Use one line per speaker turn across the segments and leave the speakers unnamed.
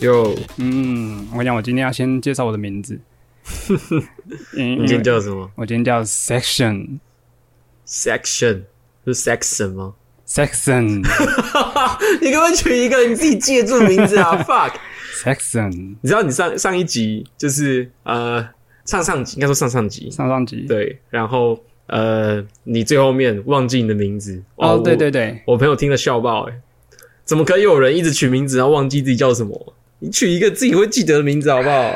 哟，
嗯，我讲我今天要先介绍我的 名字，嗯，
你今
因
天
为
叫什么
我今天叫 Section
？Section 是 section 吗？
Section
啊你给我取一个你自己记得住的名字 啊！Fuck，
Section
你知道你上上一集就是呃上上集应该说上上集
上上集，
对，然后呃你最后面忘记你的名字
哦，对，
我
对对，
我朋友听了笑爆哎、欸怎么可以有人一直取名字然后忘记自己叫什么？你取一个自己会记得的名字好不好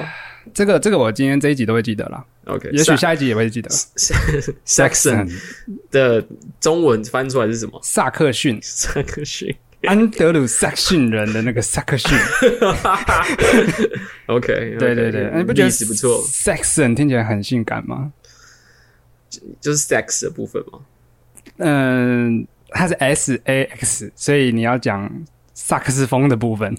这个这个我今天这一集都会记得啦，
？OK，
也许下一集也会记得。
Saxon 的中文翻出来是什么？
萨克逊，
萨克逊。
安德鲁萨克逊人的那个 萨克逊，
OK，
对对对，哎你不觉得
历史不错？
？Section 听起来很性感吗？
就是 sex 的部分嘛。
嗯，它是 S A X，所以你要讲萨克斯风的部分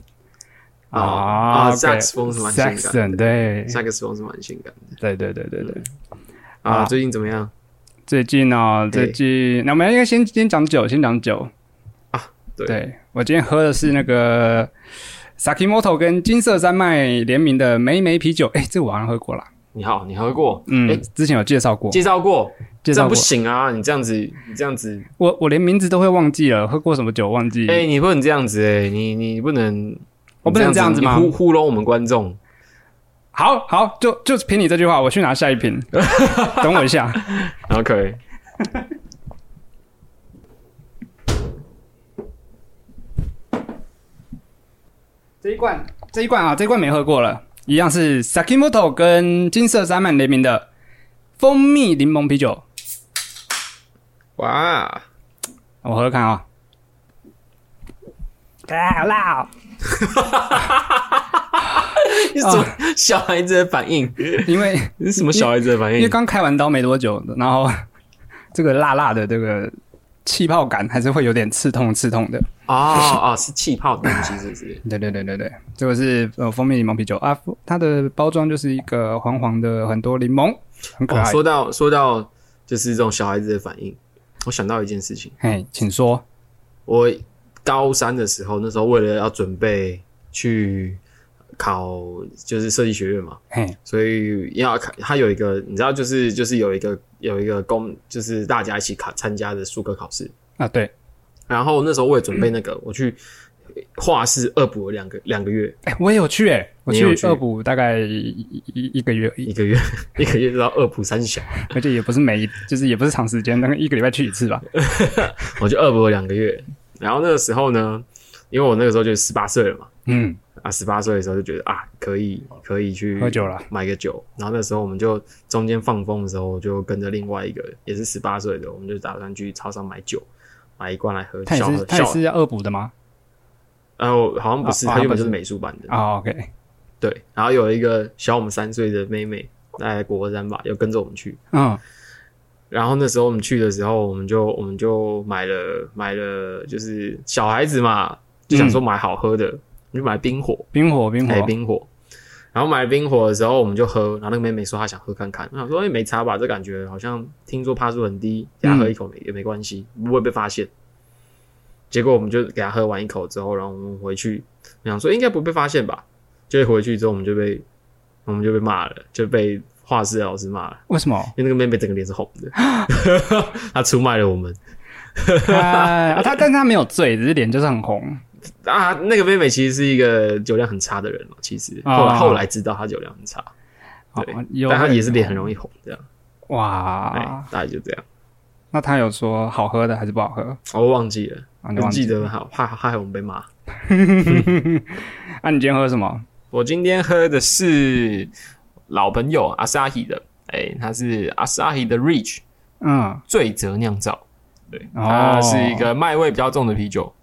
哦
啊
啊
，OK，
萨克斯风是蛮性感的
Saxon，对，
萨克斯风是蛮性感的
对对对对对。
啊。
啊
最近怎么样？
最近哦，最近那我们应该先先讲酒，先讲酒
啊。对
我今天喝的是那个 Sakimoto 跟金色山脉联名的梅梅啤酒，哎、这我好像喝过啦。
你好，你喝过？
嗯，
哎
之前有介绍过，
介绍过，这
介绍
不
过。嗯
行啊！你这样子，你这样子，
我我连名字都会忘记了，喝过什么酒忘记。
哎，你不能这样子，哎，你你不能，
我哦不能这样子吗
你糊糊弄我们观众。
好好，就就凭你这句话，我去拿下一 瓶。等我一下，
OK，
这一罐这一罐啊，这一罐没喝过了，一样是 Sakimoto 跟金色山脉联名的蜂蜜柠檬啤酒，
哇，
我喝喝看啊、啊，好辣、哦！
你怎么小孩子的反应？
因为
你是什么小孩子的反
因为
应？
刚开完刀没多久，然后 这个辣辣的这个气泡感还是会有点刺痛刺痛的。
哦哦，是气泡的东西，是不 是？
对对对对对，这个是呃蜂蜜柠檬啤酒啊，它的包装就是一个黄黄的很多柠檬，很可
哦，
爱。
说到说到就是这种小孩子的反应，我想到一件事情，
嘿，请说。
我高三的时候，那时候为了要准备去考就是设计学院嘛，
嘿，
所以要考，它有一个你知道，就是就是有一个有一个公，就是大家一起考参加的数科考试。
啊对，
然后那时候为了准备那个，我去画室恶补了两个两个月，
哎、我也有去哎、我
你也有
去
去
恶补大概一一一个月而已，
一个月 一个月就到恶补三小，
而且也不是每一，就是也不是长时间，大概一个礼拜去一次吧。
我就恶补了两个月。然后那个时候呢，因为我那个时候就十八岁了嘛。
嗯，
啊，十八岁的时候就觉得啊，可以可以去
喝酒了，
买个酒。然后那时候我们就中间放风的时候，我就跟着另外一个也是十八岁的，我们就打算去超商买酒，买一罐来喝。
他也
小
是
喝
他也
小，
是要恶补的吗？
然后好像不是，
啊
他原本
好像不是
就是美术班的。
啊、o k
对，然后有一个小我们三岁的妹妹，大概国三吧，又跟着我们去。
嗯，
然后那时候我们去的时候，我们就我们就买了买了，就是小孩子嘛，就想说买好喝的，我们就买冰火。
冰火冰火，
哎，冰火。然后买冰火的时候，我们就喝。然后那个妹妹说她想喝看看，我想说哎、没差吧，这感觉好像听说趴数很低，给她喝一口没、也没关系，不会被发现。结果我们就给她喝完一口之后，然后我们回去，我想说应该不会被发现吧。就回去之后，我们就被我们就被骂了，就被画室的老师骂了，
为什么？
因为那个妹妹整个脸是红的， 她出卖了我们
哎啊，他但是他没有醉，只是脸就是很红。
啊。那个妹妹其实是一个酒量很差的人嘛，其实
哦
后来后来知道她酒量很差。对
哦有
但他也是脸很容易红，这样，哎、
哇。
大概就这样。哦
那他有说好喝的还是不好喝？
我忘记了，
啊，你忘
记
记
得好，怕害我们被骂。
啊？你今天喝什么？
我今天喝的是老朋友阿萨希的，哎、它是阿萨希的 Rich
嗯，
醉泽酿造，对，
哦
它啊是一个麦味比较重的啤酒。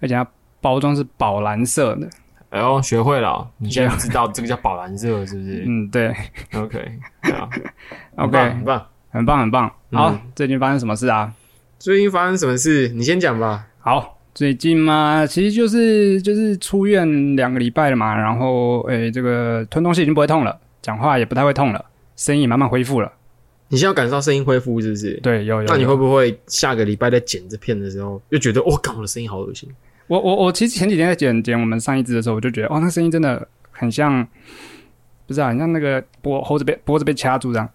而且它包装是宝蓝色的。
哎呦，学会了哦、你现在知道这个叫宝蓝色是不是、
嗯，对
o k 对啊很棒
，OK，
很棒。
很棒，很棒。好
嗯，
最近发生什么事啊？
最近发生什么事？你先讲吧。
好，最近嘛，其实就是就是出院两个礼拜了嘛，然后诶、这个吞东西已经不会痛了，讲话也不太会痛了，声音也慢慢恢复了。
你现在有感受到声音恢复是不是？
对，有有。
那你
有
哦会不会下个礼拜在剪这片的时候，就觉得我靠，干我的声音好恶心？
我我我其实前几天在剪剪我们上一支的时候，我就觉得哦，那声音真的很像，不是啊，很像那个脖猴子被脖子被掐住这样。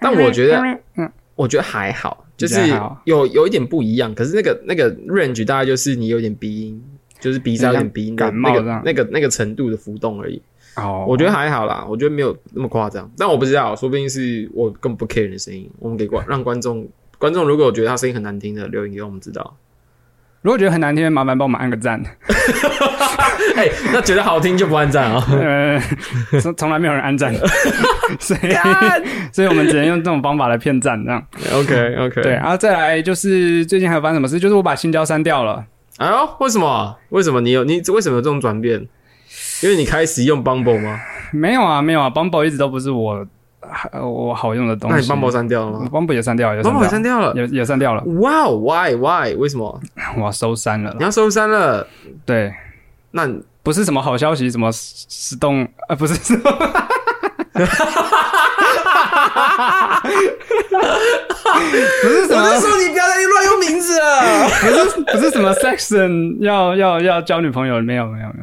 但我觉得
嗯，
我觉得还好，就是
你觉得还好
有有一点不一样。可是那个那个 range 大概就是你有点鼻音，就是鼻塞有点鼻音的
感冒
那
这样
个那个那个程度的浮动而已。
哦，
我觉得还好啦，我觉得没有那么夸张。但我不知道，说不定是我更不 care 你的声音。我们给观让观众观众如果觉得他声音很难听的，留言给我们知 道。
如果觉得很难听，麻烦帮我们按个 赞。
哎、那觉得好听就不按赞啊、
呃，从从来没有人按赞， 所以 所以我们只能用这种方法来骗赞这样。
OK OK，
对，然啊后再来就是最近还有发生什么事？就是我把新交删掉了。
哎呦，为什么？为什么你有你为什么有这种转变？因为你开始用 Bumble 吗？
没有啊，没有啊，Bumble 一直都不是我呃我好用的东
那你
西。嗯
Bumble 删掉了吗
Bumble 也删掉，也
？Bumble 也删
掉，
掉了。
也也删掉了，
哇、哦 w h y why 为什么
我要收删了
你
啦。
要收山了？
对，
那
不是什么好消息，什么石动啊，不是什么。 不是什么，
说你不要再乱用名字了。
不是不是什么 section 要要要交女朋友，没有没有没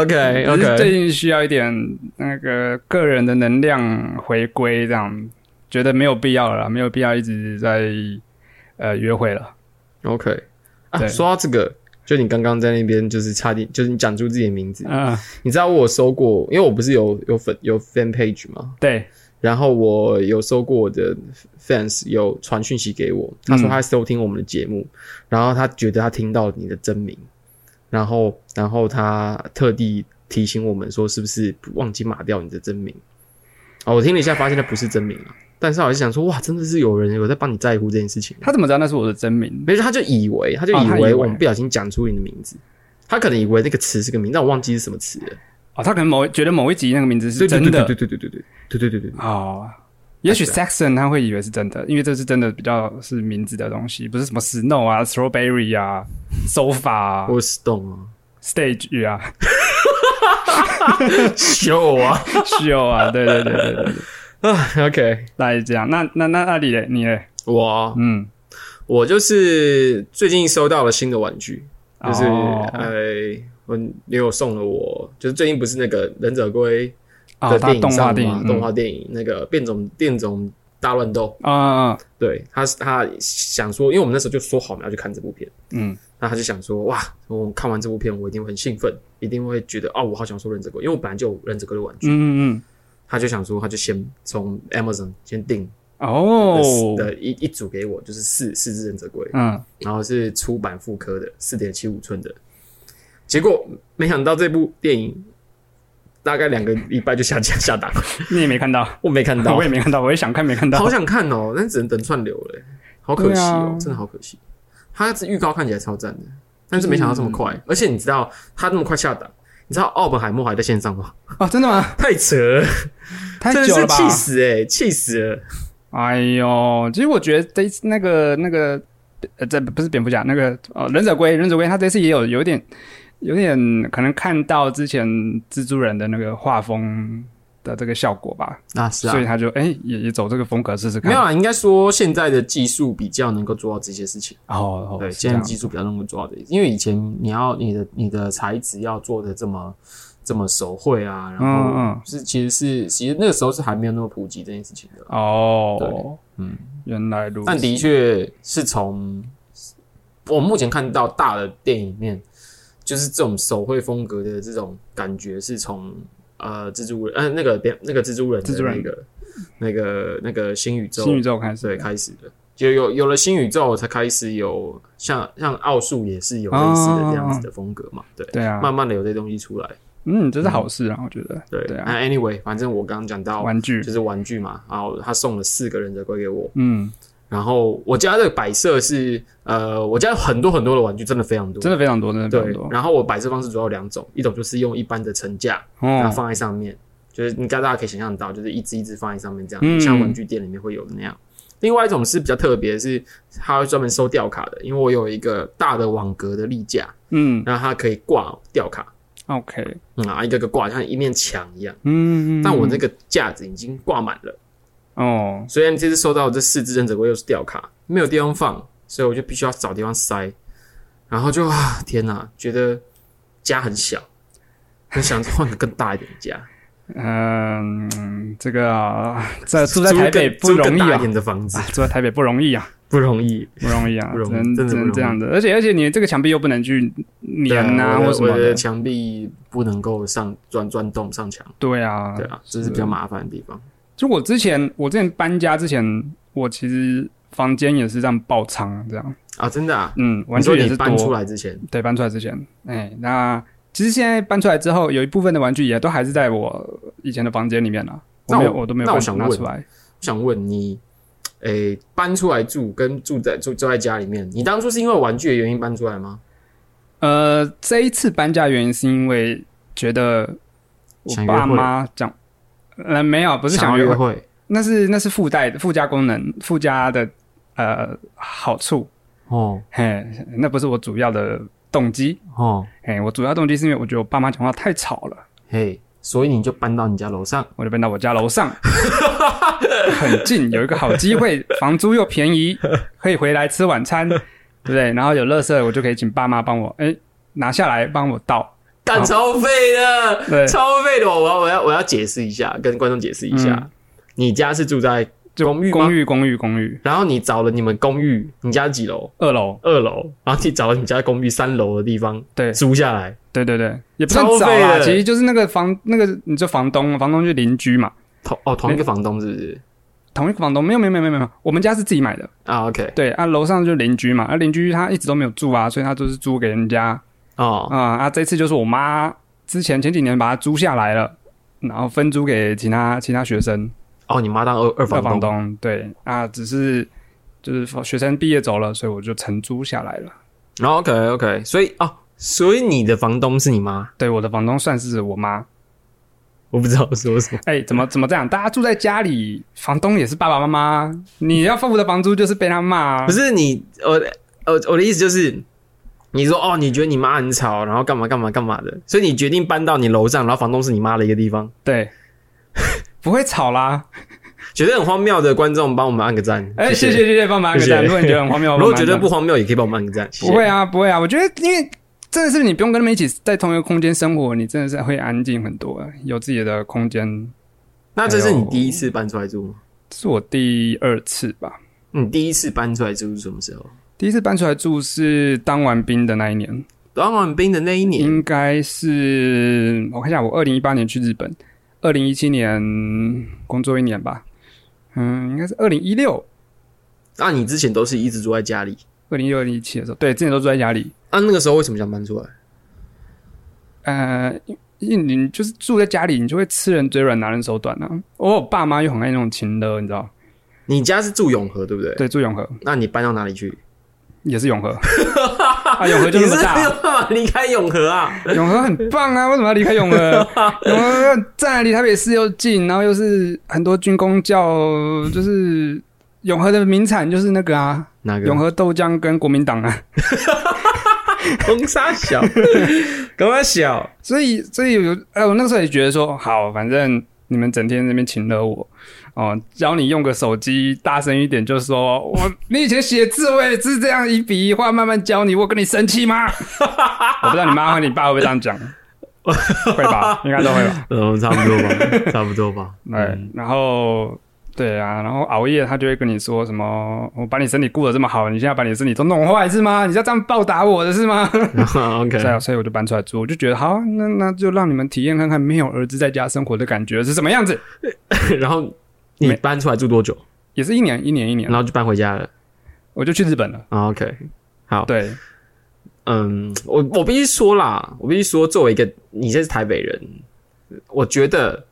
OK
只是最
哎 OK，
近需要一点那个个人的能量回归，这样觉得没有必要了啦，没有必要一直在呃约会了。
OK 啊，
对
说到这个，就你刚刚在那边就是差点，就是你讲出自己的名字，
嗯、
你知道我有收过，因为我不是有有粉有 fan page 吗？
对，
然后我有收过我的 fans 有传讯息给我，他说他收听我们的节目，然后他觉得他听到你的真名，然后然后他特地提醒我们说是不是忘记码掉你的真名？哦，我听了一下，发现他不是真名啊，但是我还是想说，哇，真的是有人有在帮你在乎这件事情。
他怎么知道那是我的真名？
没事，他就以为他就
哦
以
他以为
为我们不小心讲出你的名字，他可能以为那个词是个名，但我忘记是什么词了。
哦，他可能某觉得某一集那个名字是
对对
真
对
的
对对对对对对对对对。
哦。也许 Saxon 他会以为是真的，因为这是真的比较是名字的东西，不是什么 Snow 啊、Strawberry 啊、Sofa 啊、
我是懂啊，
Stage 啊、
秀啊
Show 啊，对对对对对，
啊，OK，
大概是这样。那那那那你嘞？你嘞？
我
嗯，
我就是最近收到了新的玩具，就是、
哦
呃，我女友送了我，就是最近不是那个忍者龟
哦，
的
他
电影
动画
上
电
嘛，
影，
动画电影那个变种变种大乱斗，
嗯啊，
对他他想说，因为我们那时候就说好我们要去看这部片，
嗯
那他就想说，哇，我看完这部片，我一定会很兴奋，一定会觉得哦，我好想收忍者龟，因为我本来就有忍者龟的玩具，
嗯嗯
他就想说，他就先从 Amazon 先订
嗯，
的,、
哦，
的一一组给我，就是四四只忍者龟，
嗯，
然后是出版复刻的，四点七五寸的。结果没想到这部电影大概两个礼拜就下架 下档，
你也没看到，
我没看到
我，也没看到，我也想看没看
好
到。
想看哦，但只能等串流了，欸好可惜哦，
对啊
真的好可惜。它这预告看起来超赞的，但是没想到这么
嗯
快，而且你知道它那么快下档，你知道奥本海默还在线上吗？
哦，真的吗？
太扯了，
太
真的
久
是
了吧？
气死哎、气死了！
哎呦，其实我觉得这一次那个那个，呃，这不是蝙蝠侠，那个哦，忍者龟，忍者龟，他这次也有有点有点可能看到之前蜘蛛人的那个画风的这个效果吧，
啊，是
所以他就哎、也也走这个风格试试看。
没有啦，应该说现在的技术比较能够做到这些事情。
哦，哦
对，
是这
现在
样
技术比较能够做到的，因为以前你要你的你的材质要做的这么这么手绘啊，然
嗯嗯
后是其实是其实那个时候是还没有那么普及这件事情的啦，
哦，
嗯，
原来如此。
但的确是从我目前看到大的电影里面，就是这种手绘风格的这种感觉是从呃蜘蛛人呃那个别那个蜘蛛人的
蜘蛛人
那个那个那个新宇宙
新宇宙开
对
始，
开始的，就有有了新宇宙才开始有像像奥数也是有类似的这样子的风格嘛，对，
对啊，
慢慢的有这些东西出来，
嗯，这是好事啊，我觉得。
对。
对啊
那 anyway，反正我刚刚讲到
玩具
就，是玩具嘛，然后他送了四个忍者龟给我，
嗯，
然后我家的摆设是呃，我家有很多很多的玩具，真的非常多，
真的非常多，真的非常
对
多。。
然后我摆设方式主要有两种，一种就是用一般的层架，然后
哦，
放在上面，就是你大家可以想象得到，就是一只一只放在上面这样，
嗯
像文具店里面会有的那样。另外一种是比较特别，是它会专门收吊卡的，因为我有一个大的网格的立架，
嗯
然后它可以挂吊卡，
，OK，
嗯啊，一个个挂，像一面墙一样。
嗯，
但我那个架子已经挂满了，
哦，
虽然这次收到这四只忍者龟又是吊卡，没有地方放，所以我就必须要找地方塞。然后就啊，天哪，觉得家很小，很想换个更大一点的家，
嗯，这个啊
呃
在住在台北
租
不
更租
容易
更大
啊
一点的房子
啊，住在台北不容易啊，
不容易。
不容易啊，
不容易
只能
真的
只
不容
能
易
这样的。而且而且你这个墙壁又不能去
对
粘啊
我的
或什么
我的
的，
墙壁不能够上钻钻洞上墙，
对啊
对。啊，这是比较麻烦的地方。
就我之前我之前搬家之前，我其实房间也是这样爆仓这样，
啊，真的啊，
嗯，玩
你
具
说
也
你
是
搬出
多，
来之前，
对，搬出来之前，哎，那其实现在搬出来之后，有一部分的玩具也都还是在我以前的房间里面了，我
那
没有
我
我都没有
那我
办法
想
拿
问
出来。
想问你，诶、搬出来住跟住在住住在家里面，你当初是因为玩具的原因搬出来吗？
呃，这一次搬家原因是因为觉得我
想约
爸
会
妈讲，呃，没有，不是想
想
约
要
会
约，会
那是那是附带附加功能附加的呃好处，
哦
嘿，那不是我主要的动机，
哦
嘿，我主要动机是因为我觉得我爸妈讲话太吵了，
嘿，所以你就搬到你家楼上，
我就搬到我家楼上， 很近，有一个好机会，房租又便宜，可以回来吃晚餐，对不对？然后有垃圾，我就可以请爸妈帮我，哎、拿下来帮我倒，
干超废的，
啊对，
超废的！我我要我要我要解释一下，跟观众解释一下，
嗯
你家是住在
就
公寓吗
公寓公寓公寓
然后你找了你们公寓，你家几楼？
二楼，
二楼，然后你找了你家公寓三楼的地方
对
租下来，
对对对，也不算
超
早
废
啦，
的
其实就是那个房那个你就房东，房东就是邻居嘛。
同哦同一个房东是不是？
同一个房东没有没有没有没有没有，我们家是自己买的，
啊，OK，
对啊，楼上就是邻居嘛，啊邻居他一直都没有住啊，所以他都是租给人家啊、
哦，
啊，这次就是我妈之前前几年把它租下来了，然后分租给其他其他学生
哦，你妈当二二
二
房
房
东，
东，对啊，只是就是学生毕业走了，所以我就承租下来了。
然后 OK OK，所哦以哦，所以你的房东是你妈？
对，我的房东算是我妈。
我不知道说 什么。
哎、怎么怎么这样？大家住在家里，房东也是爸爸妈妈，你要付的房租就是被他骂、啊
不。是你，我我我的意思就是，你说哦，你觉得你妈很吵，然后干嘛干嘛干嘛的，所以你决定搬到你楼上，然后房东是你妈的一个地方，
对，不会吵啦。
觉得很荒谬的观众帮我们按个赞，
哎、谢
谢
谢谢谢，帮忙按个赞。
谢谢
如果你觉得很荒谬，
如果
帮忙按
觉得
赞
不荒谬，也可以帮我们按个赞，谢谢
不会啊，不会啊，我觉得因为真的是你不用跟他们一起在同一个空间生活，你真的是会安静很多，啊有自己的空间。
那这是你第一次搬出来住吗？
这是我第二次吧，
你第一次搬出来住是什么时候？
第一次搬出来住是当完兵的那一年，
当完兵的那一年，
应该是我看一下，我二零一八年去日本，二零一七年工作一年吧，嗯，应该是二零一六、
那你之前都是一直住在家里，
二零一六、二零一七的时候，对，之前都住在家里，
那那个时候为什么想搬出来？
呃，因为你就是住在家里，你就会吃人嘴软，拿人手短啊。我爸妈又很爱那种情的，你知道？
你家是住永和对不对？
对，住永和
那你搬到哪里去？
也是永和，啊，永和就那么
你是没有
大，
办法离开永和啊！
永和很棒啊，为什么要离开 永和？永和站离台北市又近，然后又是很多军工教，就是永和的名产就是那个啊，
哪个
永和豆浆跟国民党啊。
红沙 小，干嘛小？
所以，所以有，哎，我那个时候也觉得说，好，反正你们整天在那边请了我，哦，教你用个手机，大声一点，就说我，你以前写字我也是这样一笔一画慢慢教你，我跟你生气吗？我不知道你妈和你爸会不会这样讲，会吧，应该都会吧，
嗯，差不多 吧，差不多吧。
哎、
嗯，
然后。对啊，然后熬夜，他就会跟你说什么：“我把你身体顾得这么好，你现在把你的身体都弄坏是吗？你是要这样报答我的是吗？”
OK，
对啊，所以我就搬出来住，我就觉得好啊，那那就让你们体验看看没有儿子在家生活的感觉是什么样子。
然后你
没
搬出来住多久？
也是一年一年一年
然，后就搬回家了。
我就去日本了。
啊 OK，好，
对，
嗯，我我必须说啦，我必须说，作为一个你这是台北人，我觉得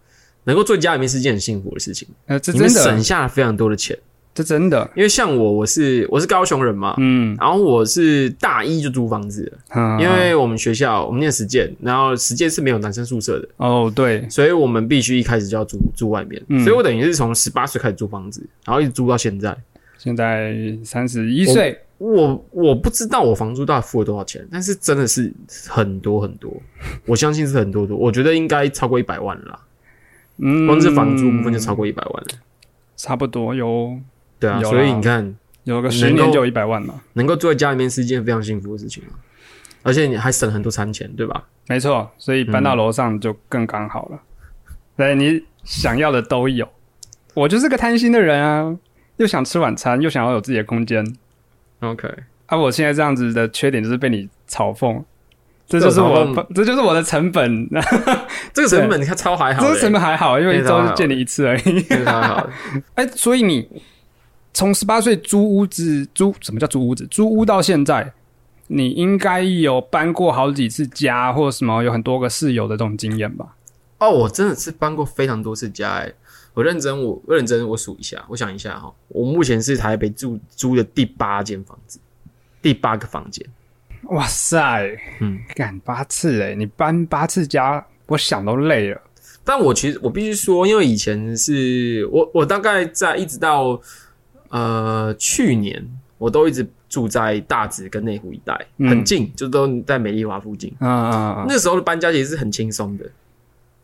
能够住家里面是一件很幸福的事情，
呃，这
你
真
们省
的，
下了非常多的钱。
这真的，
因为像我，我是我是高雄人嘛，
嗯，
然后我是大一就租房子了，
嗯
因为我们学校我们念实践，然后实践是没有男生宿舍的。
哦，对，
所以我们必须一开始就要住住外面，
嗯
所以我等于是从十八岁开始租房子，然后一直租到现在。
现在三十一岁，
我我不知道我房租到底付了多少钱，但是真的是很多很多，我相信是很多多，我觉得应该超过一百万了啦，
嗯，
光是房租部分就超过一百万了。
差不多有，
对啊，
有啦
所以你看，
有个十年就有一百万嘛，
能够住在家里面是一件非常幸福的事情啊，而且你还省很多餐钱，对吧？
没错，所以搬
嗯
到楼上就更刚好了。对你想要的都有，我就是个贪心的人啊，又想吃晚餐，又想要有自己的空间。
OK，
啊，我现在这样子的缺点就是被你嘲讽，这就是
这有嘲
我，这就是我的成本。
这个成本你看超还好的、
这是成本还好，因为一
非常
周
好
就见你一次而已。
这个还好的，
哎、所以你从十八岁租屋子租什么叫租屋子？租屋到现在，你应该有搬过好几次家，或什么有很多个室友的这种经验吧？
哦，我真的是搬过非常多次家、欸，我认真我，认真我数一下，我想一下哈、我目前是台北住租的第八间房子，第八个房间，
哇塞，
嗯，
干八次哎、你搬八次家，我想都累了。
但我其实我必须说，因为以前是我我大概在一直到呃去年，我都一直住在大直跟内湖一带，
嗯
很近，就都在美丽华附近。
嗯嗯嗯，
那时候的搬家其实是很轻松的，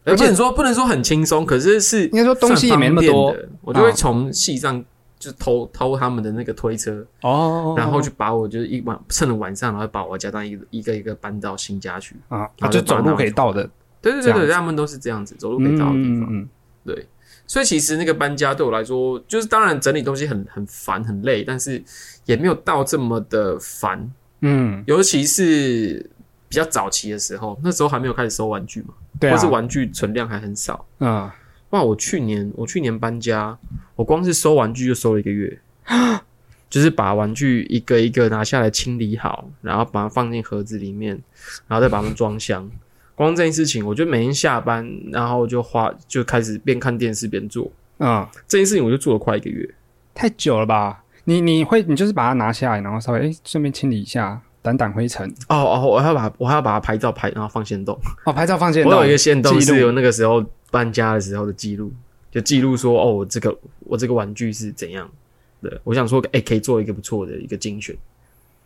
而且你说不能说很轻松，可是是
应该说东西也没那么多
算方便的。我就会从系上就偷偷他们的那个推车，
哦
然后就把我就是一晚趁着晚上，然后把我家当一个一个一个搬到新家去。
啊，啊
然后
就
就
走路可以到的，
对对
这
对
样
对，
子
他们都是这样子走路可以
嗯
到的地
嗯
方。
嗯，
对，所以其实那个搬家对我来说，就是当然整理东西很很烦很累，但是也没有到这么的烦。
嗯，
尤其是比较早期的时候，那时候还没有开始收玩具嘛，
对啊，
或是玩具存量还很少。
嗯，
哇，我去年我去年搬家，我光是收玩具就收了一个月， 就是把玩具一个一个拿下来清理好，然后把它放进盒子里面，然后再把它们装箱。光这件事情，我就每天下班，然后就花就开始边看电视边做
嗯，
这件事情，我就做了快一个月。
太久了吧？你你会你就是把它拿下来，然后稍微哎顺便清理一下，掸掸灰尘。
哦哦，我还要把我还要把它拍照拍，然后放限动。
哦，拍照放线
我
动
有一个限动
记录
是有那个时候搬家的时候的记录，就记录说哦，我这个我这个玩具是怎样的。我想说，哎、可以做一个不错的一个精选。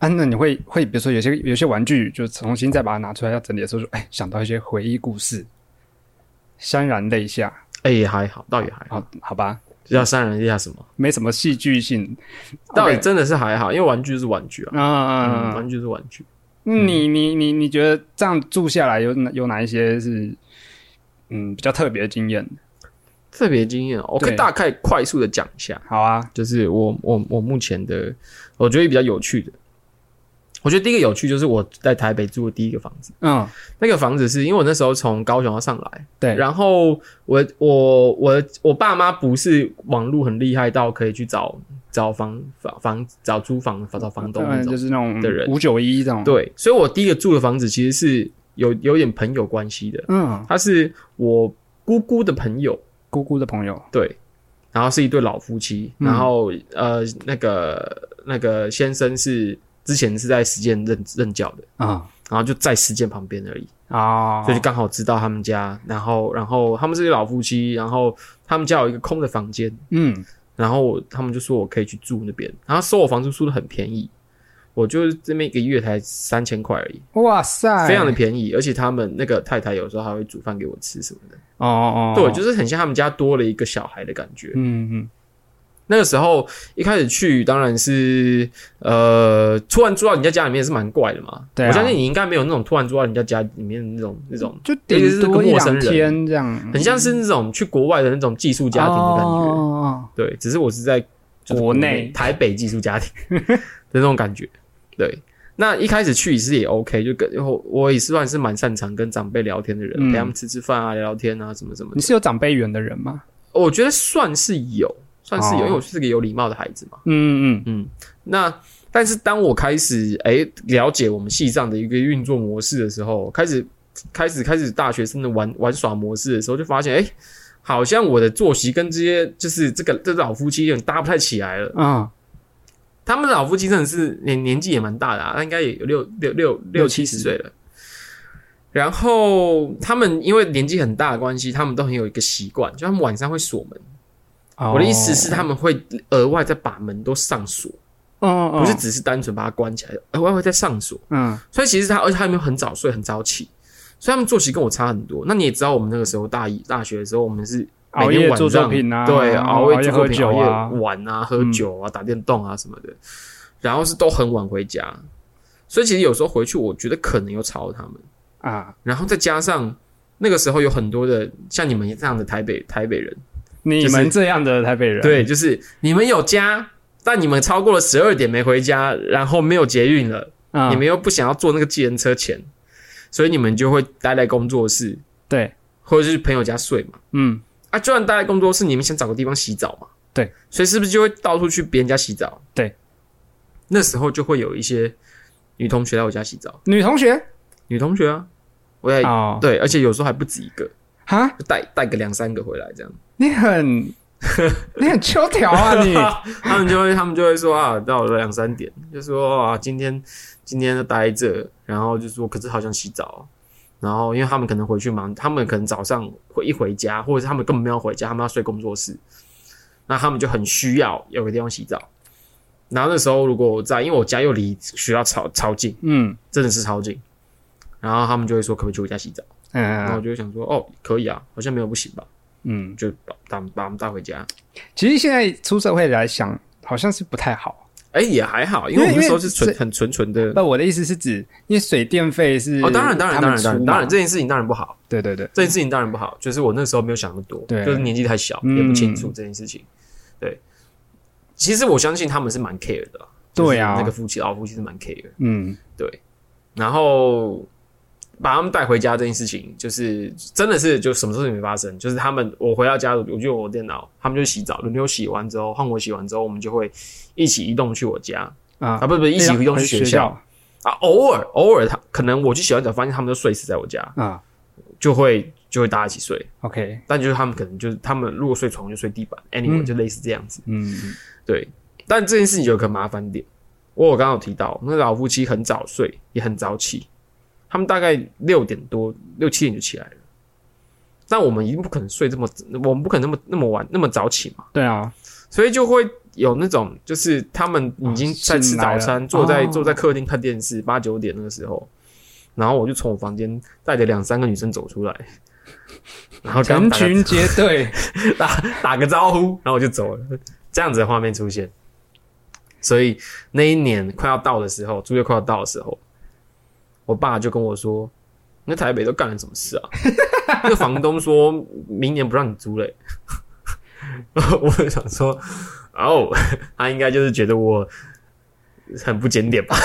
啊，那你会会比如说有些有些玩具，就重新再把它拿出来要整理的时候说，哎，想到一些回忆故事，潸然泪下。
哎、也还好，倒也还好，
好，好吧，
就要商量一下什么，
没什么戏剧性。
倒也
OK，
真的是还好，因为玩具就是玩具啊，
嗯嗯
嗯，
嗯
玩具是玩具。
嗯，你你你你觉得这样住下来有哪有哪一些是嗯比较特别的经验？
特别经验哦，我可以
对
大概快速的讲一下，
好啊，
就是我我我目前的，我觉得比较有趣的，我觉得第一个有趣就是我在台北住的第一个房子，
嗯，
那个房子是因为我那时候从高雄要上来，
对，
然后我我我我爸妈不是网络很厉害到可以去找找房房房找租房找房东那
嗯
种
就，是那种
的人
五九一这种，，
对，所以我第一个住的房子其实是有有点朋友关系的，
嗯，
他是我姑姑的朋友，
姑姑的朋友，
对，然后是一对老夫妻，
嗯
然后呃那个那个先生是之前是在实践任任教的，
啊
然后就在实践旁边而已，
啊，
所以就刚好知道他们家，然后然后他们是一对老夫妻，然后他们家有一个空的房间，
嗯
然后我他们就说我可以去住那边，然后收我房租收的很便宜。我就这边一个月才三千块而已，
哇塞，
非常的便宜，而且他们那个太太有时候还会煮饭给我吃什么的，
哦哦，
对，就是是很像他们家多了一个小孩的感觉。
嗯嗯
那个时候一开始去，当然是呃，突然住到人家家里面是蛮怪的嘛。
对啊
我相信你应该没有那种突然住到人家家里面的那种那种，，
就
尤其是跟
顶多一
陌
两
生人
天这样，
很像是那种去国外的那种寄宿家庭的感觉。
哦
对，只是我是在就是
国内
台北寄宿家 庭的那种感觉。对，那一开始去也是也 OK，就跟我我也算是蛮擅长跟长辈聊天的人，
嗯
陪他们吃吃饭啊、聊聊天啊，什么什么的
你。是有长辈缘的人吗？
我觉得算是有，算是有，
哦
因为我是个有礼貌的孩子嘛。
嗯嗯
嗯，那但是当我开始哎、诶了解我们系上的一个运作模式的时候，开始开始开始大学生的玩玩耍模式的时候，就发现哎、诶好像我的作息跟这些就是这个这老夫妻有点搭不太起来了。
啊，
他们的老夫妻真的是年年纪也蛮大的啊，那应该也有六六六六七十
70
岁了。然后他们因为年纪很大的关系，他们都很有一个习惯，就他们晚上会锁门。
哦
啊我的意思是，，他们会额外再把门都上锁。
嗯嗯，
不是只是单纯把它关起来，额外会再上锁。
嗯
所以其实他，而且他有没有很早睡、很早起，所以他们作息跟我差很多。那你也知道，我们那个时候大一大学的时候，我们是每
熬
天
夜
晚
做作
上
品啊，
对，熬
夜
夜做
喝
作品、
酒啊
熬，夜玩啊、喝
嗯
酒啊、打电动啊什么的，然后是都很晚回家，所以其实有时候回去，我觉得可能有吵到他们。
啊，
然后再加上那个时候有很多的像你们这样的台北台北人，
你们这样的台北人，
对，就是你们有家，但你们超过了十二点没回家，然后没有捷运了，
啊，
你们又不想要坐那个计程车钱，所以你们就会待在工作室
对，
或者是朋友家睡嘛。
嗯，
啊，就算待在工作室，你们想找个地方洗澡嘛？
对，
所以是不是就会到处去别人家洗澡？
对，
那时候就会有一些女同学来我家洗澡，
女同学
女同学啊，我也、
哦，
对，而且有时候还不止一个，
哈，
就带带个两三个回来这样。
你 很你很秋条啊，你
他们就会，他们就会说啊，到了两三点，就说啊，今天今天就待这，然后就说，可是好想洗澡，然后因为他们可能回去忙，他们可能早上会一回家，或者是他们根本没有回家，他们要睡工作室，那他们就很需要有个地方洗澡。然后那时候如果我在，因为我家又离学校超超近，
嗯
真的是超近，然后他们就会说可不可以去我家洗澡，然后我
嗯
就会想说哦，可以啊，好像没有不行吧，
嗯，
就把把把他们带回家。
其实现在出社会来想，好像是不太好。
哎、也还好，因为我
因为
们那时候是纯
是
很纯纯的
那我的意思是指，因为水电费是
哦，当然，当然，
呃他
当
们
然，当
出
然，
嘛
当然，这件事情当然不好，
对对对，
这件事情当然不好。就是我那时候没有想那么多，
对
就是年纪太小，
嗯
也不清楚这件事情。对，其实我相信他们是蛮 care 的啦，
对啊
就是那个夫妻老夫妻是蛮 care 的。
嗯
然后把他们带回家这件事情，就是真的是就什么事情没发生，就是他们我回到家，我就用我电脑，他们就洗澡，轮流洗完之后，换我洗完之后，我们就会一起移动去我家
啊
啊，，不不，一起移动去学校啊。偶尔偶尔他可能我去洗完澡，发现他们都睡死在我家，
啊
就会就会大家一起睡，
，OK，
但就是他们可能就是他们如果睡床就睡地板，anyway、
嗯
就类似这样子。
嗯
对，但这件事情有个麻烦点，我有刚刚有提到，那老夫妻很早睡，也很早起，他们大概六点多六七点就起来了。但我们一定不可能睡这么，我们不可能那么那么晚那么早起嘛，
对啊，
所以就会有那种就是他们已经
哦
在吃
醒来
早
了
餐，坐在
哦
坐在客厅看电视，八九点那个时候，然后我就从我房间带着两三个女生走出来，然后跟他们
成
打个
群结队，
打打个招呼，然后我就走了，这样子的画面出现。所以那一年快要到的时候，租月快要到的时候，我爸就跟我说：“你在台北都干了什么事啊？” 那个房东说明年不让你租了欸、 然后我就想说，哦， 他应该就是觉得我很不检点吧。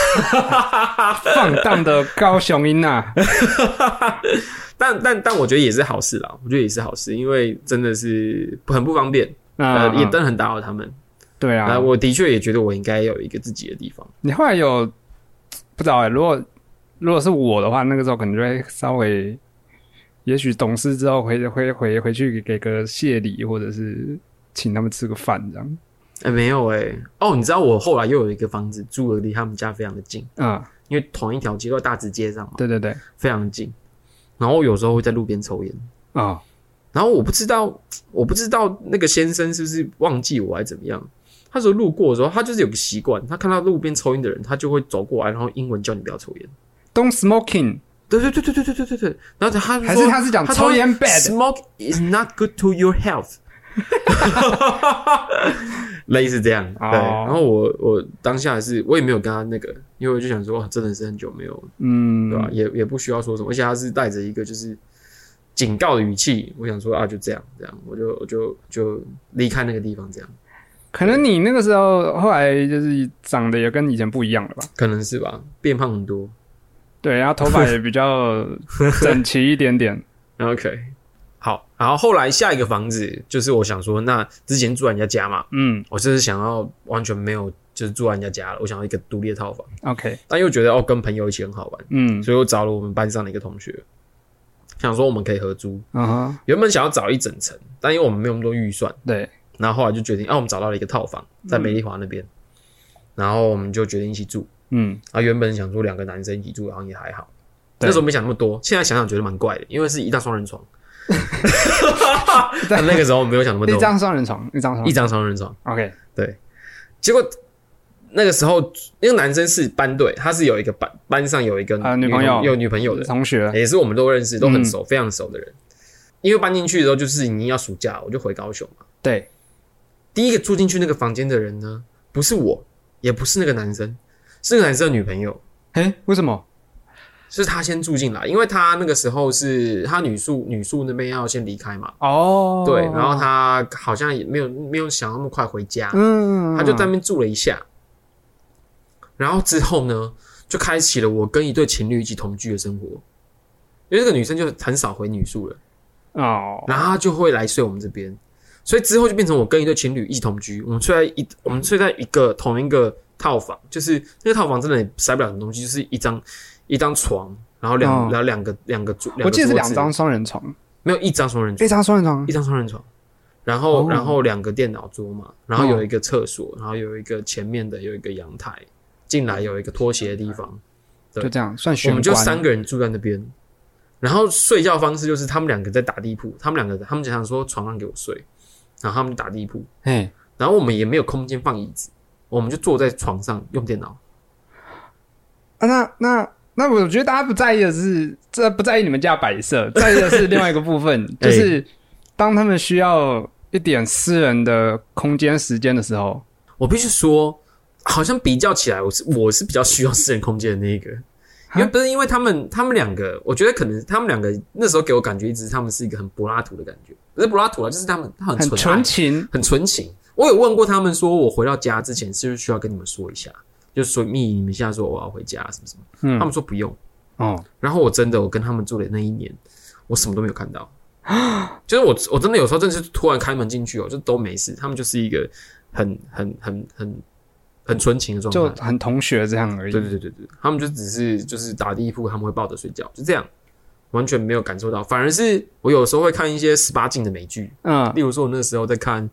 放荡的高雄 音呐，
但但但我觉得也是好事啦，我觉得也是好事，因为真的是很不方便，
啊
呃，，也真的很打扰他们。
对啊，
啊，我的确也觉得我应该有一个自己的地方。
你后来有不知道哎、如果如果是我的话，那个时候可能就会稍微，也许懂事之后回回回回去给个谢礼，或者是请他们吃个饭这样。
哎、没有哎、哦，你知道我后来又有一个房子住的离他们家非常的近，
嗯，
因为同一条街都在大直街上嘛，
对对对，
非常近。然后我有时候会在路边抽烟，
啊、
然后我不知道，我不知道那个先生是不是忘记我还是怎么样。他说路过的时候，他就是有个习惯，他看到路边抽烟的人，他就会走过来，然后英文叫你不要抽烟。
d o n t smoking，
对对对对对对对对对。然后他
还是
说
他是讲
他
抽烟 bad？
Smoke is not good to your health 。类似这样，对。
哦
然后我我当下是，我也没有跟他那个，因为我就想说，哇真的是很久没有，
嗯，
对啊吧、也也不需要说什么，而且他是带着一个就是警告的语气，我想说啊，就这样，这样，我就我就就离开那个地方，这样，
可能你那个时候后来就是长得也跟以前不一样了吧？
可能是吧，变胖很多。
对，然后头发也比 较整齐一点点。
OK，好，然后后来下一个房子就是我想说，那之前住在人家家嘛，
嗯
我就是想要完全没有就是住在人家家了，我想要一个独立的套房。
，OK，
但又觉得哦，跟朋友一起很好玩，
嗯，
所以我找了我们班上的一个同学，想说我们可以合租。
啊哈，
原本想要找一整层，但因为我们没有那么多预算，
对，
然后后来就决定，啊，我们找到了一个套房在美丽华那边，然后我们就决定一起住。
嗯，
啊，原本想说两个男生一起住，好像也还好。
对
那时候没想那么多，现在想想觉得蛮怪的，因为是一张双人 床。 但那个时候没有想那么多，
一张双人床，一张双
一
人
张双人床。
床，OK，
结果那个时候，那个男生是班队，他是有一个班班上有一个
啊女朋友嗯
有女朋友的，
同学，
也是我们都认识，都很熟，非常熟的人。因为搬进去的时候就是已经要暑假了，我就回高雄嘛。
对，
第一个住进去那个房间的人呢，不是我，也不是那个男生，是那个男生的女朋友，
哎，为什么？
是他先住进来，因为他那个时候是他女宿女宿那边要先离开嘛，
哦，
对，然后他好像也没有没有想那么快回家，
嗯，
他就在那边住了一下，然后之后呢，就开启了我跟一对情侣一起同居的生活，因为这个女生就很少回女宿了。
哦，
然后他就会来睡我们这边，所以之后就变成我跟一对情侣一起同居，我们睡在一我们睡在一个同一个套房，就是那个套房真的也塞不了什么东西，就是一张一张床，然后两、
嗯
然后两个两个桌，
我记得是
两
两
个桌子
张，双人床，
没有一张双人床，
一张双人床
一，张双人床，然后、
哦
然后两个电脑桌嘛，然后有
嗯
一个厕所，然后有一个前面的有一个阳台，进来有一个拖鞋的地方，对
就这样算
我
玄
们
关。
就三个人住在那边，然后睡觉方式就是他们两个在打地铺，他们两个他们就想说床上给我睡，然后他们就打地铺，
嘿，
然后我们也没有空间放椅子，我们就坐在床上用电脑。
啊，那那那，我觉得大家不在意的是，这不在意你们家摆设，在意的是另外一个 部分，就是
哎
当他们需要一点私人的空间、时间的时候，
我必须说，好像比较起来，我是我是比较需要私人空间的那一个，因为不是因为他们他们两个，我觉得可能他们两个那时候给我感觉一直他们是一个很柏拉图的感觉，不是柏拉图啊，就是他们他很
很
纯爱
纯情，
很纯情。我有问过他们说，我回到家之前是不是需要跟你们说一下，就说密你们现在说我要回家什么什么，他
嗯，
们说不用。
哦，
然后我真的我跟他们住的那一年，我什么都没有看到，就是我我真的有时候真的是突然开门进去哦，就都没事，他们就是一个很很很很很纯情的状
就
态。
很同学这样而已
对。对对对对，他们就只是就是打地铺，他们会抱着睡觉，就这样，完全没有感受到。反而是我有时候会看一些十八禁的美剧，
嗯，
例如说，我那时候在看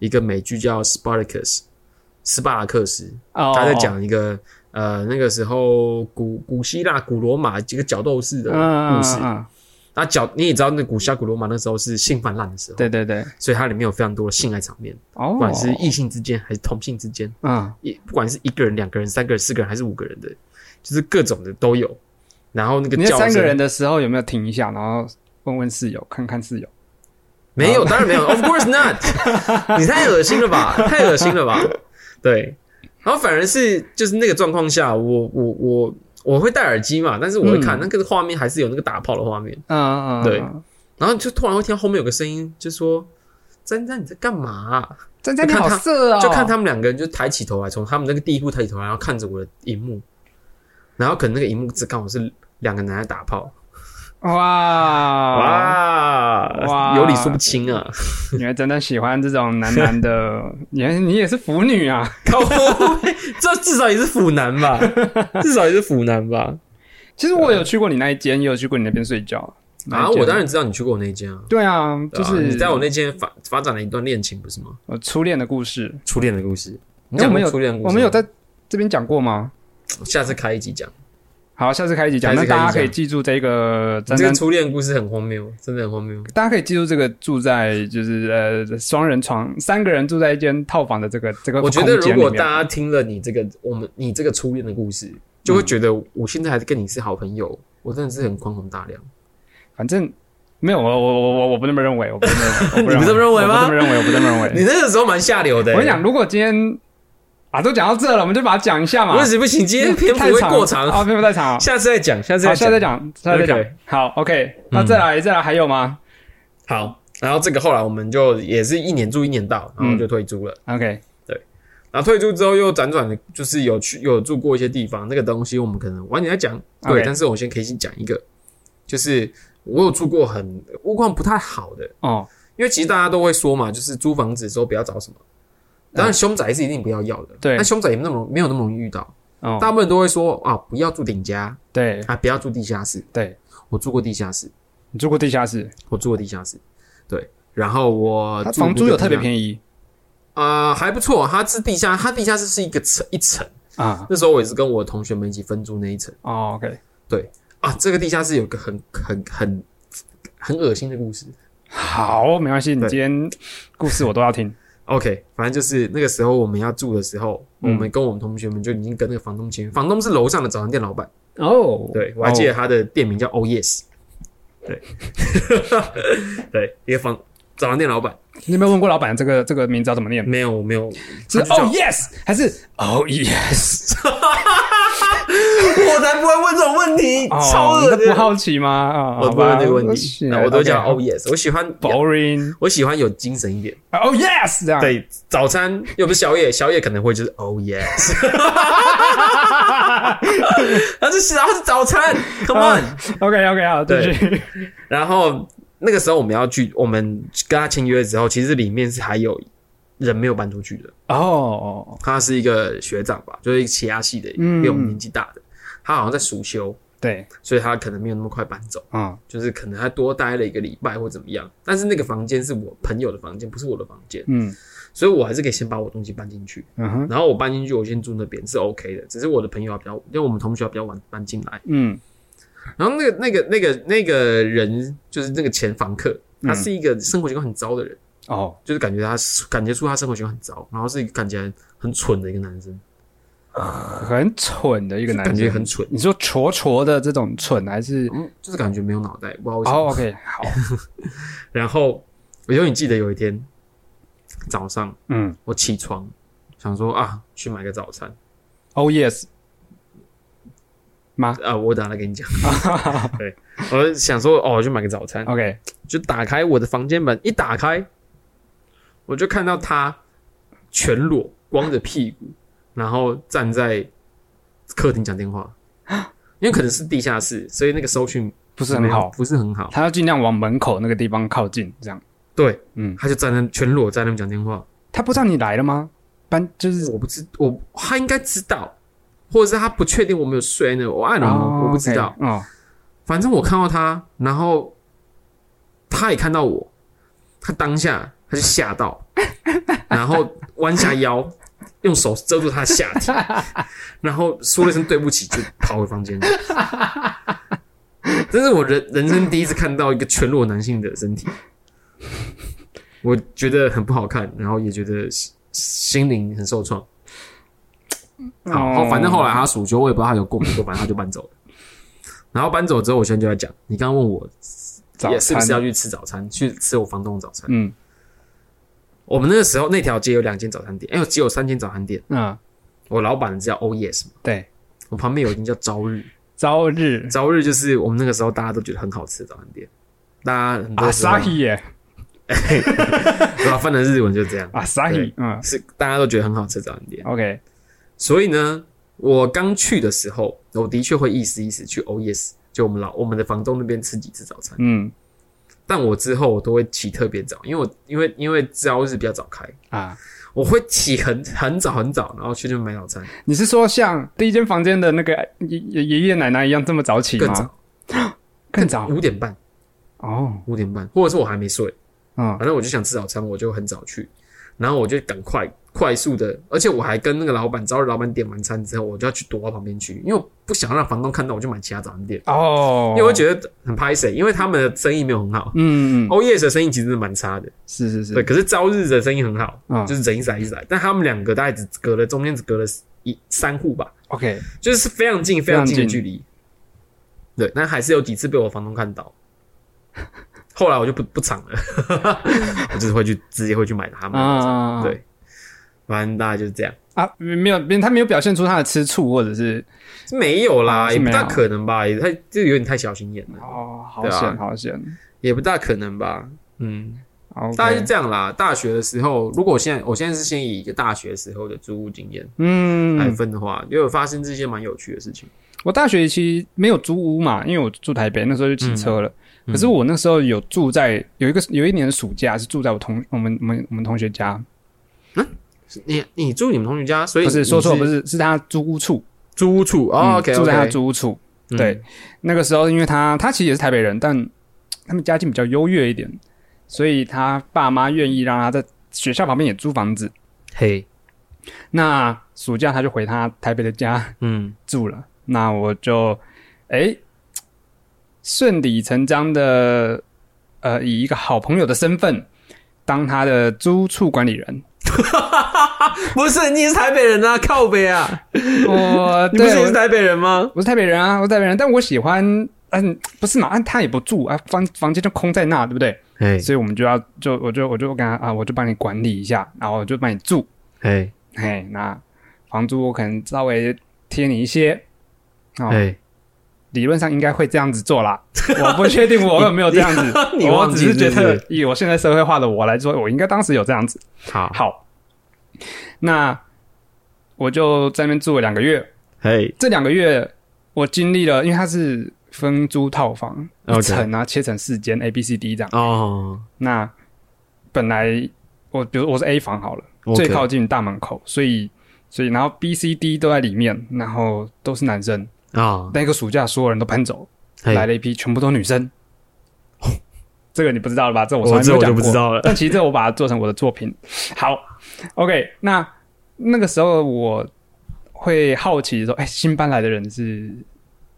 一个美剧叫《Spartacus》，斯巴达克斯，
哦，
他在讲一个、呃，那个时候古古希腊、古罗马几个角斗士的
嗯嗯
故事
嗯。嗯，
那角你也知道，那古希腊、古罗马那时候是性泛滥的时候，
对对对，
所以它里面有非常多的性爱场面，
哦，
不管是异性之间还是同性之间，
嗯
一不管是一个人、两个人、三个人、四个人还是五个人的，就是各种的都有。然后那个
你那
叫
三个
声
人的时候有没有停一下，然后问问室友，看看室友？
没
哦
有，当然 没有，Of course not 。你太恶心了吧，太恶心了吧？对，然后反而是就是那个状况下，我我我我会戴耳机嘛，但是我会
嗯
看、那个画面还是有那个打炮的画面，
嗯嗯，嗯
对
嗯
然后就突然会听到后面有个声音，就说：“詹詹你在干嘛啊、
真真你
就看
好
他
色哦，
就看他们两个人就抬起头来，从他们那个地铺抬起头来，然后看着我的荧幕，然后可能那个荧幕只刚好是两个男的打炮，
哇
哇
哇
有理说不清啊。
你们真的喜欢这种男 男的，你你也是腐女啊？
靠背， 这至少也是腐男 吧，至少也是腐男吧。
其实我有去过你那一间，也有去过你那边睡觉
啊，我当然知道你去过我那间啊，
对啊，
对
就
啊
是
你在我那间发发展了一段恋情，不是吗？
我初恋的故事，
初恋的故事，你
哎
讲过
我们有
初恋的故事吗，
我们有在这边讲过吗？
下次开一集讲。
好，下次开一集讲，
下
那
次开一集
大家可以
讲
记住这个
你
真
这
真
个初恋故事很荒谬，真的很荒谬。
大家可以记住这个住在就是呃双人床，三个人住在一间套房的这个这个
我
空
觉
间
得
里
如
面。
果大家听了你这个我们你这个初恋的故事，就会
嗯
觉得我现在还跟你是好朋友，我真的是很宽宏大量。
反正没有我我我我我不那么认为，我不 那么
你不这么认为吗
我不这么认为，我不这么认
你
为。
那个时候蛮下流的、欸
我跟你讲，，如果今天啊都讲到这了，我们就把它讲一下嘛。
为什么不行？今天篇幅
太
会过长，
啊，篇幅太长啊。
下次再讲， 下次
好，
再
下
讲
次。再讲，下次再讲
OK。嗯
好，OK，那再来再来还有吗
好，然后这个后来我们就也是一年住一年到，
嗯
然后就退租了。
？OK，
然后退租之后又辗转，就是有去有住过一些地方。那个东西我们可能晚点再讲，对。
OK
但是我先可以先讲一个，就是我有住过很屋况不太好的，
哦，
因为其实大家都会说嘛，就是租房子的时候不要找什么。当然，凶宅是一定不要要的。
对
那凶宅也那么容没有那么容易遇到。
哦，
大部分人都会说啊，不要住顶家
对
啊，不要住地下室。
对，
我住过地下室，
你住过地下室，
我住过地下室。对，然后我
它
啊住
房租
过
有
地
特别
下
便宜
啊、还不错。它是地下，它地下室是一个层一层。
啊？
那时候我也是跟我同学们一起分租那一层
哦，OK，
啊。这个地下室有个很很很很恶心的故事。
好，没关系，你
对
今天故事我都要听。
OK，反正就是那个时候我们要住的时候，
嗯
我们跟我们同学们就已经跟那个房东签约。房东是楼上的早餐店老板，
哦
对我还记得他的店名叫 Oh Yes。对， 对，一个房找完店老板，
你有没有问过老板这个这个名字要怎么念？
没有没有，
是
嗯他就叫
Oh yes 还是 Oh yes？
我才不会问这种问题，
哦
超恶
你都
心
不。好奇吗？啊，
我
好
不会
吧
问这个问题，
行啊
那我都讲
OK，
Oh yes，我喜欢
boring
我喜欢有精神一点。
啊 Oh yes 这样。
对，早餐又不是宵夜， 宵夜可能会就是 Oh yes，他是他是早餐，Come on，、
啊 OK OK 好，继续。
然后那个时候我们要去，我们跟他签约之后，其实里面是还有人没有搬出去的。
哦，
他是一个学长吧，就是其他系的，
嗯
比我们年纪大的。他好像在暑休，
对，
所以他可能没有那么快搬走，
嗯
就是可能他多待了一个礼拜或怎么样。但是那个房间是我朋友的房间，不是我的房间，
嗯
所以我还是可以先把我东西搬进去。
嗯哼
然后我搬进去，我先住那边是 OK 的，只是我的朋友要比较，因为我们同学要比较晚搬进来。
嗯
然后那个那个那个那个人就是那个前房客，他
嗯
是一个生活习惯很糟的人，
哦
就是感觉他感觉出他生活习惯很糟，然后是一个看起来很蠢的一个男生，
很蠢的一个男
感
生，
觉很蠢，
你说挫挫的这种蠢还是？
嗯，就是感觉没有脑袋，不知道为什么。
哦，OK，好，
然后我永远记得有一天早上
嗯
我起床，想说啊去买个早餐，
，Oh yes，
啊我等下再跟你讲， 对，我想说哦我去买个早餐，
OK，
就打开我的房间门，一打开，我就看到他全裸，光着屁股，然后站在客厅讲电话。因为可能是地下室，所以那个收讯
不是很好，
不是很好。
他要尽量往门口那个地方靠近，这样。
对，
嗯，
他就站在全裸在那边讲电话。
他不知道你来了吗？班就是
我不知我他应该知道，或者是他不确定我没有睡呢。我按了、我不知道。
OK，哦，
反正我看到他，然后他也看到我，他当下他就吓到，然后弯下腰，用手遮住他的下体，然后说了一声对不起，就跑回房间里。这是我人人生第一次看到一个全裸男性的身体，我觉得很不好看，然后也觉得心心灵很受创。好，
哦
反正后来他暑休，我也不知道他有过没过，反正他就搬走了。然后搬走之后，我现在就在讲，你刚刚问我
早
也是不
餐啊
是要去吃早餐，去吃我房东的早餐。
嗯
我们那个时候那条街有两间早餐店，哎、有只有三间早餐店。
嗯，
我老板叫 Oh Yes 嘛
对，
我旁边有一间叫朝日，
朝日
朝日就是我们那个时候大家都觉得很好吃的早餐店，大家很
阿
多时候
萨希耶，
老饭的日文就这样，
阿萨希
对，
嗯
是大家都觉得很好吃的早餐店。
，OK，
所以呢，我刚去的时候，我的确会意思意思去 Oh Yes，就我们老我们的房东那边吃几次早餐。
嗯
但我之后我都会起特别早，因为我因为因为朝日比较早开，
啊，
我会起很很早很早，然后去那边买早餐，
你是说像第一间房间的那个爷爷爷爷奶奶一样这么早起
更
吗？
早，
更早
五点半，
哦，
五点半，或者是我还没睡，
嗯
反正我就想吃早餐，我就很早去，然后我就赶快快速的，而且我还跟那个老板，朝日老板点完餐之后，我就要去躲到旁边去，因为我不想让房东看到，我就买其他早餐店，
哦，
因为我觉得很拍谁，因为他们的生意没有很好。
嗯，嗯嗯
欧夜的生意其实是蛮差的，
是是
对。
是，
可是朝日的生意很好，
嗯
就是整一甩一甩，但他们两个大概只隔了中间只隔了一三户吧，
，OK，
就是非常近非常近
非
的
常
距
近
离。对，但还是有几次被我房东看到。 后来我就不不藏了， 我就是会去直接会去买他们。
啊，
嗯对反正大概就是这样，
啊，没有，没有他没有表现出他的吃醋或者是
没有啦，
啊是
也不
没有
大可能吧，也太这有点太小心眼了，
哦，好
对啊
险好险
也不大可能吧。嗯，
，OK，
大概是这样啦。大学的时候，如果我现在我现在是先以一个大学时候的租屋经验来
嗯，
分的话，也有发生这些蛮有趣的事情。
我大学其实没有租屋嘛，因为我住台北，那时候就骑车了。
嗯
可是我那时候有住在有一个有一年暑假是住在我同我们我们我们同学家，
你你住你们同学家，所以
不是说错，
你
不是是他租屋处，
租屋处哦
嗯
OK，嗯
住在他租屋处。对，那个时候，因为他他其实也是台北人，但他们家境比较优越一点，所以他爸妈愿意让他在学校旁边也租房子。
嘿，
那暑假他就回他台北的家
嗯
住了。那我就哎顺理成章的呃以一个好朋友的身份当他的租处管理人。
不是，你也是台北人啊，靠北啊，
我
你不
哦对
是也是
我
台北人吗？
我是台北人啊，我是台北人，但我喜欢嗯，不是嘛，啊，他也不住啊，房房间就空在那，对不对？
哎
所以我们就要就我就我就跟他啊，我就帮你管理一下，然后我就帮你住，
哎
嘿，那房租我可能稍微贴你一些，哦，
哎，，
理论上应该会这样子做 啦。我不确定我有没有这样子
你
我
忘记
只是觉
哦是
得
不
以我现在社会化的我来说，我应该当时有这样子。
好，
好，那我就在那边住了两个月，
哎
这两个月我经历了，因为它是分租套房，一
OK
层啊切成四间 A、B、C、D 这样。
哦，
那本来我比如我是 A 房好了，最
OK
靠近大门口，所以所以然后 B、C、D 都在里面，然后都是男生。
啊，
那个暑假所有人都搬走，
嘿
来了一批全部都女生。 这个你不知道了吧？这我从
我
来没
这
有
我
讲
就
过
不知道了。
但其实这我把它做成我的作品。好，OK，那那个时候我会好奇说，哎、新搬来的人是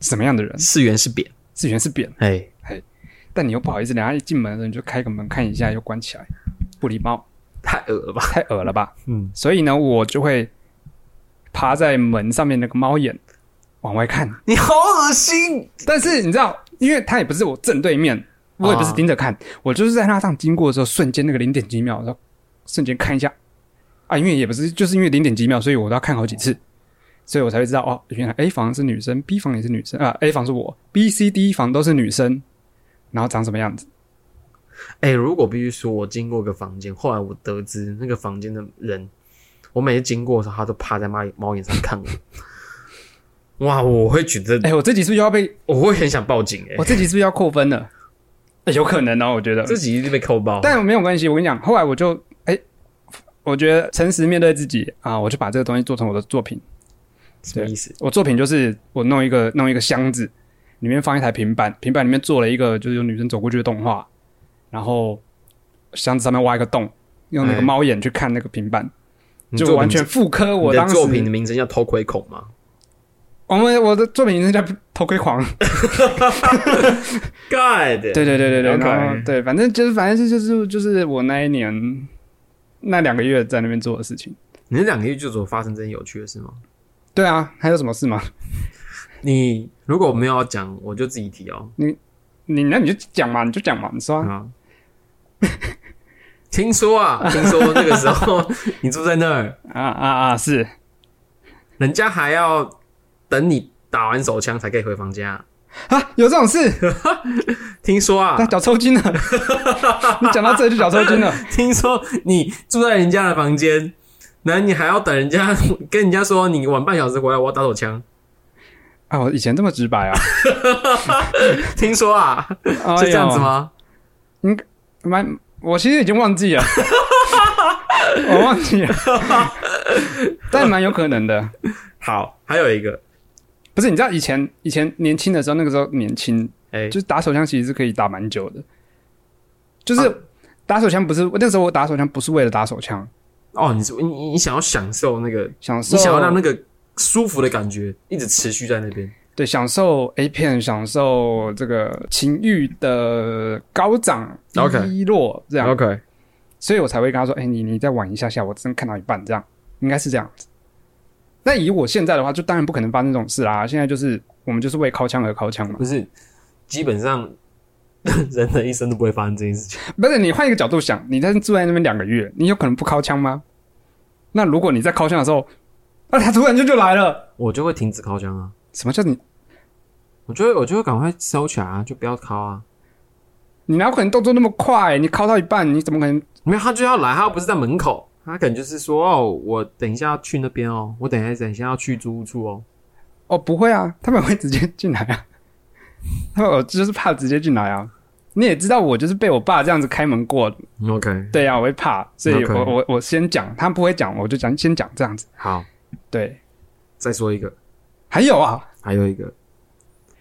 什么样的人？
四元是扁，
是圆是扁？
哎，
但你又不好意思，人家一进门的时候你就开个门看一下，又关起来，不礼貌，
太恶了吧？
太恶了吧？
嗯，
所以呢，我就会趴在门上面那个猫眼往外看。
你好恶心。
但是你知道，因为他也不是我正对面，我也不是盯着看，我就是在他上经过的时候，瞬间那个零点几秒，然后瞬间看一下啊，因为也不是，就是因为零点几秒，所以我都要看好几次，所以我才会知道哦，原来 A 房是女生，B 房也是女生啊，A 房是我，B、C、D 房都是女生，然后长什么样子？
哎、如果必须说，我经过一个房间，后来我得知那个房间的人，我每次经过的时候，他都趴在猫眼猫眼上看我。 哇，我会觉得，
哎、我这集是不是又要被
我会很想报警哎、
我这集是不是要扣分了？哎有可能哦，我觉得，
自己一定被扣爆。
但没有关系，我跟你讲，后来我就哎、我觉得诚实面对自己啊，我就把这个东西做成我的作品。
什么意思？
我作品就是我弄一个弄一个箱子，里面放一台平板，平板里面做了一个就是有女生走过去的动画，然后箱子上面挖一个洞，用那个
哎
猫眼去看那个平板，
你作
就
品
完全复刻我
你的
当
作品的
时
名称叫偷窥孔吗？
我们我的作品名字叫偷窥狂，
God，
对对对对对，
OK
然后对，反正就是反正就是就是就是我那一年那两个月在那边做的事情。
你那两个月就所发生这些有趣的事吗？
对啊，还有什么事吗？
你如果没有要讲，我就自己提哦。
你那你就讲嘛，你就讲嘛，你说啊、
啊， 听说啊，听说那个时候 你住在那儿，
啊啊啊，是
人家还要等你打完手枪才可以回房间、啊。
啊，有这种 事，
听说啊
他，脚抽筋了。 你讲到这就脚抽筋了。
听说你住在人家的房间，然后你还要等人家跟人家说你晚半小时回来，我要打手枪。
啊，我以前这么直 白啊？
听说啊，
哎呦
是这样子？吗？
哎蛮，我其实已经忘 记了，我忘记了，但蛮有可能的。
好，还有一个，
不是，你知道以前以前年轻的时候，那个时候年轻，
哎、
就是打手枪其实是可以打蛮久的，就是。打手枪不是那时候我打手枪不是为了打手枪，
哦，你是你你你想要享受那个，
享
你
受
想要让那个舒服的感觉一直持续在那边。
对享受 A 片，享受这个情欲的高涨
OK
低落这样。
OK，
所以我才会跟他说：“哎、你你再晚一下下，我真看到一半，这样应该是这样子。”那以我现在的话，就当然不可能发生这种事啦。现在就是我们就是为靠枪而靠枪嘛。
不是，基本上 人的一生都不会发生这件事情。
不是你换一个角度想，你在住在那边两个月，你有可能不靠枪吗？那如果你在靠枪的时候，啊，他突然就就来了，
我就会停止靠枪啊，
什么叫你？
我就会我就会赶快收起来啊，就不要靠啊。
你哪有可能动作那么快、你靠到一半，你怎么可能？
没有，他就要来，他又不是在门口，他可能就是说哦，我等一下要去那边哦，我等一下等一下要去租屋处哦。
哦，不会啊，他们会直接进来啊。他们我哦就是怕直接进来啊。你也知道，我就是被我爸这样子开门过，
OK，
对啊，我会怕，所以
OK
我我我先讲，他不会讲，我就讲先讲这样子。
好，
对，
再说一个，
还有啊，
还有一个，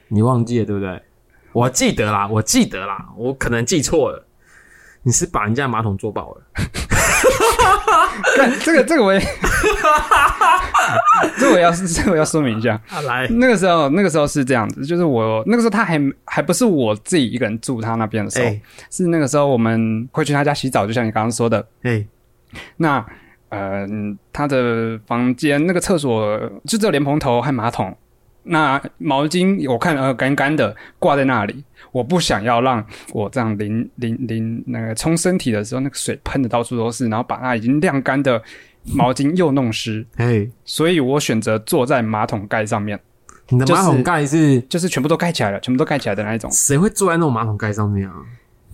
你忘记了对不对？我记得啦，我记得啦，我可能记错了。你是把人家马桶坐爆了，
干这个这个我也，这我要这我要说明一下。
啊、来，
那个时候那个时候是这样子，就是我那个时候他还还不是我自己一个人住他那边的时候，
哎
是那个时候我们会去他家洗澡，就像你刚刚说的，
哎
那。嗯呃，他的房间那个厕所就只有莲蓬头和马桶，那毛巾我看呃干干的挂在那里，我不想要让我这样淋淋淋那个冲身体的时候，那个水喷的到处都是，然后把那已经晾干的毛巾又弄湿，
哎，
所以我选择坐在马桶盖上面，
你的马桶盖是
就是全部都盖起来了，全部都盖起来的那一种。
谁会坐在那种马桶盖上面啊？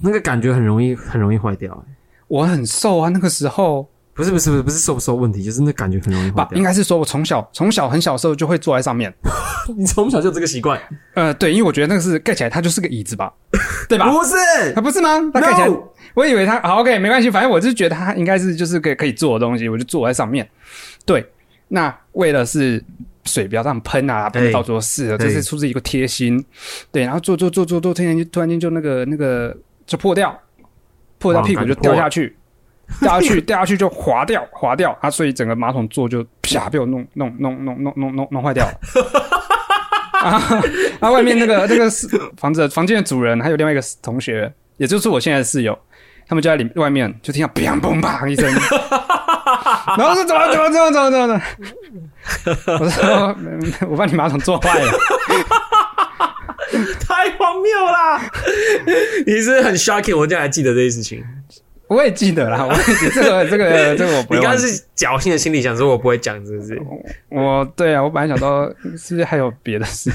那个感觉很容易，很容易坏掉、哎
我很瘦啊，那个时候
不是不是不是不是瘦不瘦问题，就是那感觉很容易坏
吧，应
掉。
该是说我从小从小很小时候就会坐在上面。
你从小就有这个习惯，
呃，对，因为我觉得那个是盖起来，它就是个椅 子吧，对吧？
不是
啊，不是吗？它盖起来
哦？No，
我以为它好 OK，没关系，反正我就觉得它应该是就是可以可以坐的东西，我就坐在上面。对，那为了是水不要这样喷啊，喷得到处都是了，
对
这是出自一个贴心。对，然后坐坐坐坐坐，突然间突然间就那个那个就破掉，破掉
哇
屁股就
感觉破
掉下去，掉下去掉下去就滑掉滑掉啊，所以整个马桶座就啪被我弄弄弄弄弄弄弄弄坏掉了。 啊！啊！外面那个那个是房子房间的主人，还有另外一个同学，也就是我现在的室友，他们就在里外面就听到砰砰砰一声， 然后说怎么怎么怎么怎么怎么， 我说嗯我把你马桶坐坏了，
太荒谬啦！ 你是不是很 shocking，我竟然还记得这件事情。
我也记得啦，我也记得这个这个这个我不
你
会
刚
忘
刚
记。
是侥幸的心理想说，我不会讲，是不是？
我对啊，我本来想说是不是还有别的 事，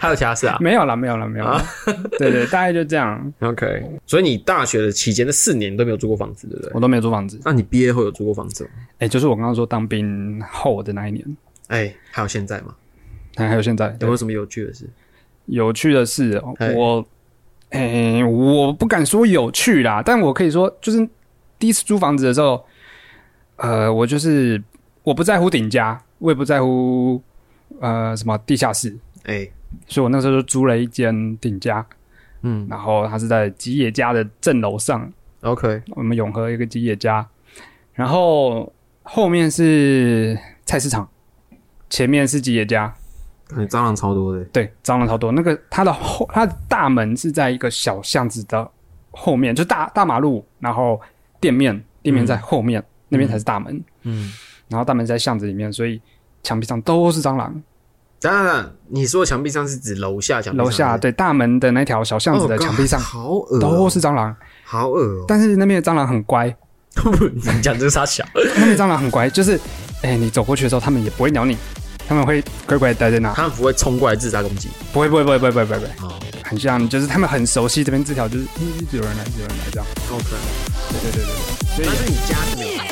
还有其他事啊
没有啦，没有啦，没有啦。对对，大概就这样，
？OK，所以你大学的期间的四年你都没有租过房子，对不对？
我都没有租房子。
那你毕业后有租过房子吗？
哎、就是我刚刚说当兵后的那一年，
哎，还有现在吗？
还还有现在，
有
对
没有什么有趣的事？
有趣的是哦
嘿，
我，诶、我不敢说有趣啦，但我可以说，就是第一次租房子的时候，呃，我就是我不在乎顶家，我也不在乎呃什么地下室，
哎，
所以我那时候就租了一间顶家，
嗯
然后它是在吉野家的正楼上，
，OK，
我们永和一个吉野家，然后后面是菜市场，前面是吉野家，
感觉蟑螂超多的。
对，蟑螂超多。那个它的后，它的大门是在一个小巷子的后面，就大大马路，然后店面店面在后面，那边才是大门，
嗯，
然后大门在巷子里面，所以墙壁上都是蟑螂。
当然了，你说的墙壁上是指楼下墙壁上，
楼下
对
对大门的那条小巷子的墙壁上
好恶哦，
都是蟑螂，
好恶哦。
但是那边的蟑螂很乖，
你讲这个啥小？
那边的蟑螂很乖，就是哎、你走过去的时候，他们也不会鸟你。他们会乖乖地待在那，
他们不会冲过来自杀攻击。
不会不会不会不会不会不会，
好
很像就是他们很熟悉这边这条，就是嗯有人来有人来这样，
，OK。
对对对对，所以
但是你家是没有。